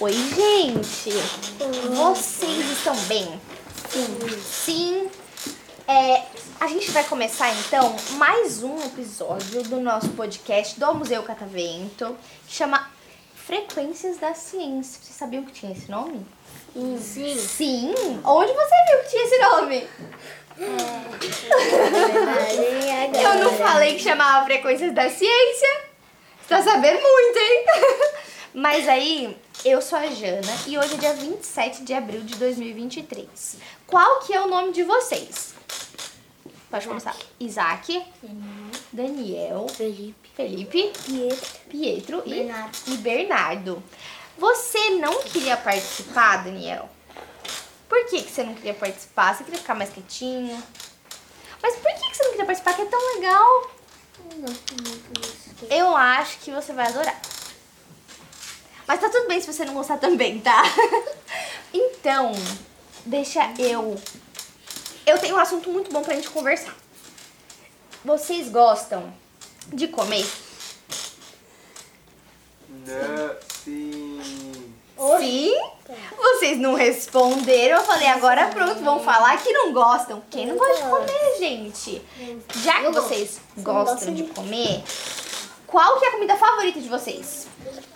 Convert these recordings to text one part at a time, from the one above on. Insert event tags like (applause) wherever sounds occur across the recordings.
Oi, gente! Vocês estão bem? Sim. Sim. É, a gente vai começar então mais um episódio do nosso podcast do Museu Catavento, que chama Frequências da Ciência. Vocês sabiam que tinha esse nome? Sim. Sim! Onde você viu que tinha esse nome? Eu não falei que chamava Frequências da Ciência. Você tá sabendo muito, hein? (laughs) Mas aí, eu sou a Jana e hoje é dia 27 de abril de 2023. Qual que é o nome de vocês? Pode começar. Isaac, Daniel, Felipe. Felipe, Pietro e- Bernardo. e Bernardo. Você não queria participar, Daniel? Por que, que você não queria participar? Você queria ficar mais quietinho? Mas por que, que você não queria participar? Que é tão legal. Eu acho que você vai adorar. Mas tá tudo bem se você não gostar também, tá? (laughs) então, deixa eu. Eu tenho um assunto muito bom pra gente conversar. Vocês gostam de comer? Não, sim. Sim? Vocês não responderam. Eu falei, agora pronto, vão falar que não gostam. Quem não gosta de comer, gente? Já que vocês gostam de comer, qual que é a comida favorita de vocês?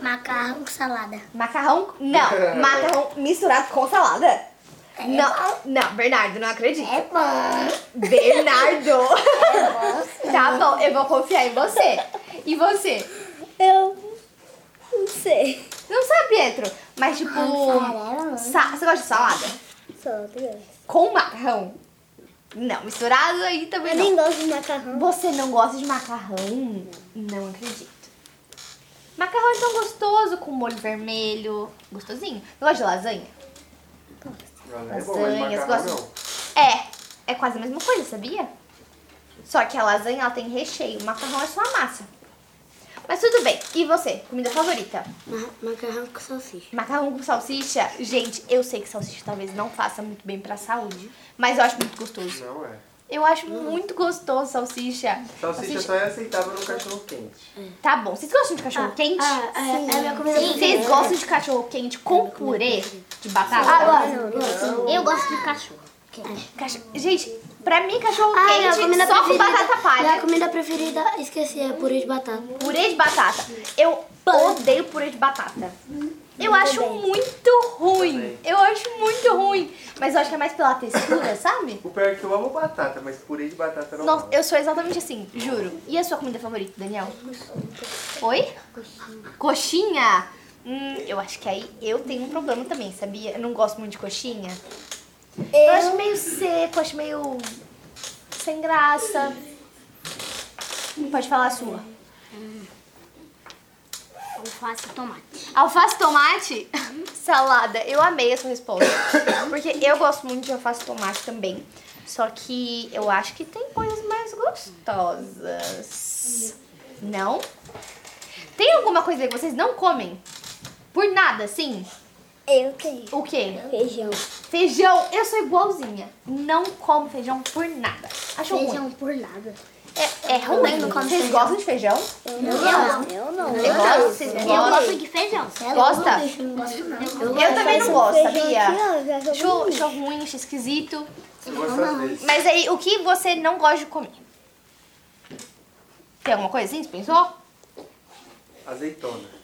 Macarrão com salada. Macarrão. Não, macarrão misturado com salada. Não, não, Bernardo, não acredito. É bom. Bernardo. tá bom, eu vou confiar em você. E você? Eu não sei. Não sabe, Pietro, mas tipo. Mussarela, sa- você gosta de salada? Só Deus. Com macarrão? Não, misturado aí também Eu não. nem gosto de macarrão. Você não gosta de macarrão? Não acredito. Macarrão é tão gostoso com molho vermelho. Gostosinho. Você gosta de lasanha? Não é bom, mas Lasanhas, macarrão gosto- não. É, é quase a mesma coisa, sabia? Só que a lasanha ela tem recheio, o macarrão é só a massa. Mas tudo bem. E você, comida favorita? macarrão com salsicha. Macarrão com salsicha? Gente, eu sei que salsicha talvez não faça muito bem pra saúde, mas eu acho muito gostoso. Não é. Eu acho muito gostoso salsicha. Salsicha só é aceitável no cachorro quente. Tá bom. Vocês gostam de cachorro quente? Ah, É a minha comida Vocês gostam de cachorro quente com purê de Ah, batata? Ah, Eu gosto de cachorro. Cacho- Gente, pra mim cachorro Ah, minha quente comida só com preferida. batata palha. Minha comida preferida, esqueci, é purê de batata. Purê de batata. Eu odeio purê de batata. Hum, Eu acho muito ruim. Também. Eu acho muito ruim. Mas eu acho que é mais pela textura, sabe? O pior é que eu amo batata, mas purê de batata não. Nossa, rola. eu sou exatamente assim, juro. E a sua comida favorita, Daniel? Oi? Coxinha? Hum, eu acho que aí eu tenho um problema também, sabia? Eu não gosto muito de coxinha. Eu, acho meio seco, acho meio sem graça. Hum, Pode falar a sua. Alface e tomate. Alface tomate? Salada. Eu amei a sua resposta. Porque eu gosto muito de alface tomate também. Só que eu acho que tem coisas mais gostosas. Não? Tem alguma coisa aí que vocês não comem? Por nada, sim? Eu tenho. O quê? Feijão. Feijão. Eu sou igualzinha. Não como feijão por nada. Acho ruim. Feijão por nada. É, é ruim. não como vocês feijão. gostam de feijão? Eu não. Eu não. Eu gosto. Vocês Eu gostam? gosto de feijão. Gosta? Eu não gosto não. Eu também não gosto, sabia? sabia? Acho, acho ruim, acho esquisito. Eu gosto às vezes. Mas aí, o que você não gosta de comer? Tem alguma coisa assim? Você pensou? Azeitona.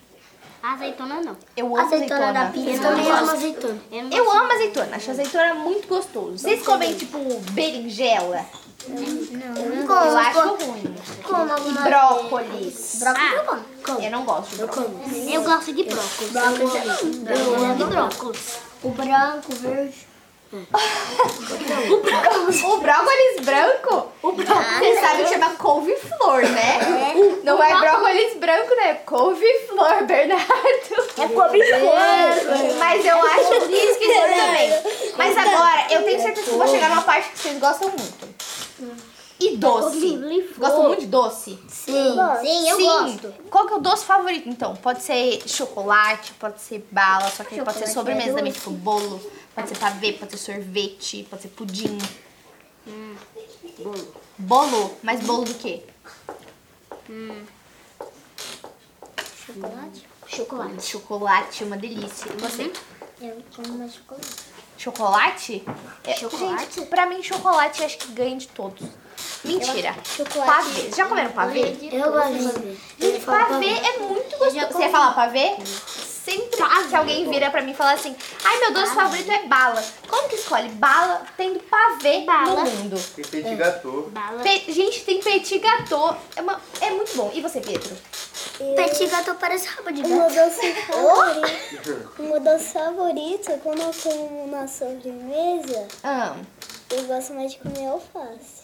Azeitona não. Eu amo azeitona. da pia. Eu também amo azeitona. Eu não Eu gosto. amo azeitona, acho azeitona muito gostoso. Vocês comem, tipo, berinjela? não Eu gosto. acho ruim. Como E alguma brócolis. Ah, eu Eu não gosto de brócolis. gosto de brócolis. Eu amo de brócolis. O branco, o verde. O brócolis branco? O brócolis. Vocês sabem que chama couve-flor, né? Não é brócolis branco, né? É Couve-flor, Bernardo. É couve-flor. Mas eu acho que esquisito também. Mas agora, eu tenho certeza que eu vou chegar numa parte que vocês gostam muito. E doce. Gostam muito de doce? Sim, sim, eu Sim. gosto. Qual que é o doce é favorito, então? Pode ser chocolate, pode ser bala, só que pode ser sobremesa também, tipo bolo. Pode ser pavê, pode ser sorvete, pode ser pudim. Hum, Bolo. Bolo, mas bolo do quê? Chocolate? Chocolate. Chocolate, uma delícia. E você? Uhum. Eu como mais chocolate. Chocolate? É, Chocolate? Gente, pra mim, chocolate acho que ganha de todos. Mentira. chocolate. Pavê. Já comeram pavê? Eu gosto de pavê. Gente, pavê é muito gostoso. Você ia falar pavê? Sempre que alguém vira pra mim e fala assim, ai meu doce favorito é bala. Como que escolhe bala tendo pavê Bala. no mundo? Tem peixe (laughs) gatô. Bala. Pe- gente, tem petit gâteau. É, uma- é muito bom. E você, Pedro? Petit gato parece rabo de gato. O meu doce favorito, o meu doce favorito, quando eu como na sobremesa, Ah, eu gosto mais de comer alface.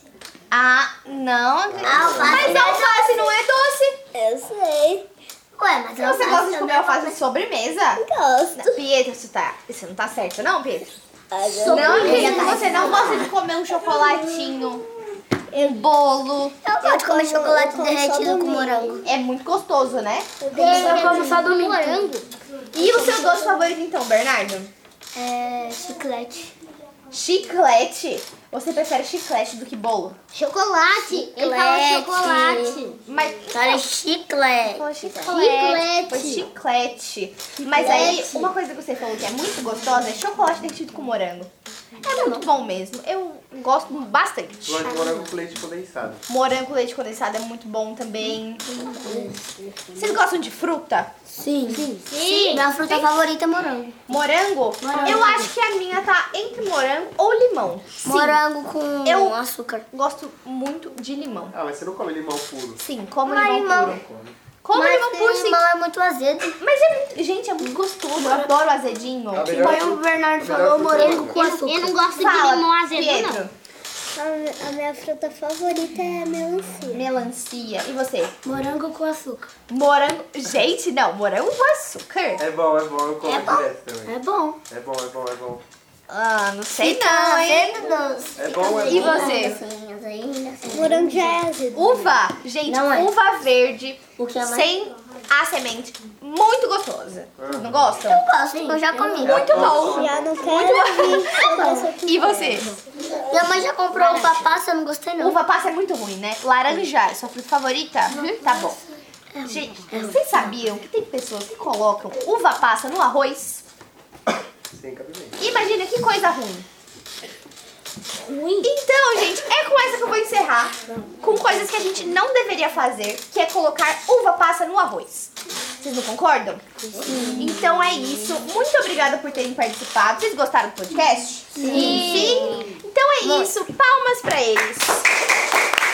ah não. Alface Mas não é alface não é doce. Eu sei. Ué, mas é Você gosta de comer alface de sobremesa? Gosto. Não, Pedro, isso, tá, isso não tá certo não, Pedro? Não, Sobremesa, gente, você não gosta de comer um chocolatinho, um bolo. Eu gosto de comer chocolate derretido com morango. É muito gostoso, né? Eu como só domingo. E o seu doce favorito então, Bernardo? É, chiclete. Chiclete. Você prefere chiclete do que bolo? Chocolate. Ele fala chocolate. Mas Olha, chiclete. Foi chiclete. Chiclete. Foi chiclete. Mas aí, uma coisa que você falou que é muito gostosa é chocolate derretido com morango. É muito bom mesmo. Eu gosto bastante. Gosto de morango com leite condensado. Morango com leite condensado é muito bom também. Vocês gostam de fruta? Sim. Sim. Minha fruta favorita é morango. Morango? Eu acho que a minha tá entre morango ou limão. Morango com Eu- açúcar. Gosto muito de limão. Ah, mas você não come limão puro. Sim, como Mas limão limão- puro. Como limão puro, sim. limão é muito azedo. Mas é muito... Gente, é muito gostoso. Eu adoro azedinho. Tipo, A Tá melhor Mas o fruta- Bernardo a melhor falou fruta morango manga. com açúcar. Eu não gosto de limão Fala, azedo, não. Pedro. A minha fruta favorita é a melancia. Melancia. E você? Morango com açúcar. Morango. Gente, não. Morango com açúcar. É bom, é bom, eu como É bom. direto também. É bom. É bom, é bom, é bom. Ah, não sei não, hein? doce. É bom, é E bom. você? Morango já é azedo. Uva. Gente, Não é. uva verde. O que é mais- Sem a semente. Muito gostosa. Vocês não gostam? gosto, eu já comi. É Muito bom. Já Ah, não (laughs) quero E você? Minha mãe já comprou uva passa, eu não gostei não. Uva passa é muito ruim, né? Laranja é sua fruta favorita? Tá bom. Gente, vocês sabiam que tem pessoas que colocam uva passa no arroz? Sem cabimento. Imagina que coisa ruim. Então, gente, é com essa que eu vou encerrar. Com coisas que a gente não deveria fazer, que é colocar uva passa no arroz. Vocês não concordam? Sim. Então é isso. Muito obrigada por terem participado. Vocês gostaram do podcast? Sim. Sim? Então é isso. Palmas pra eles.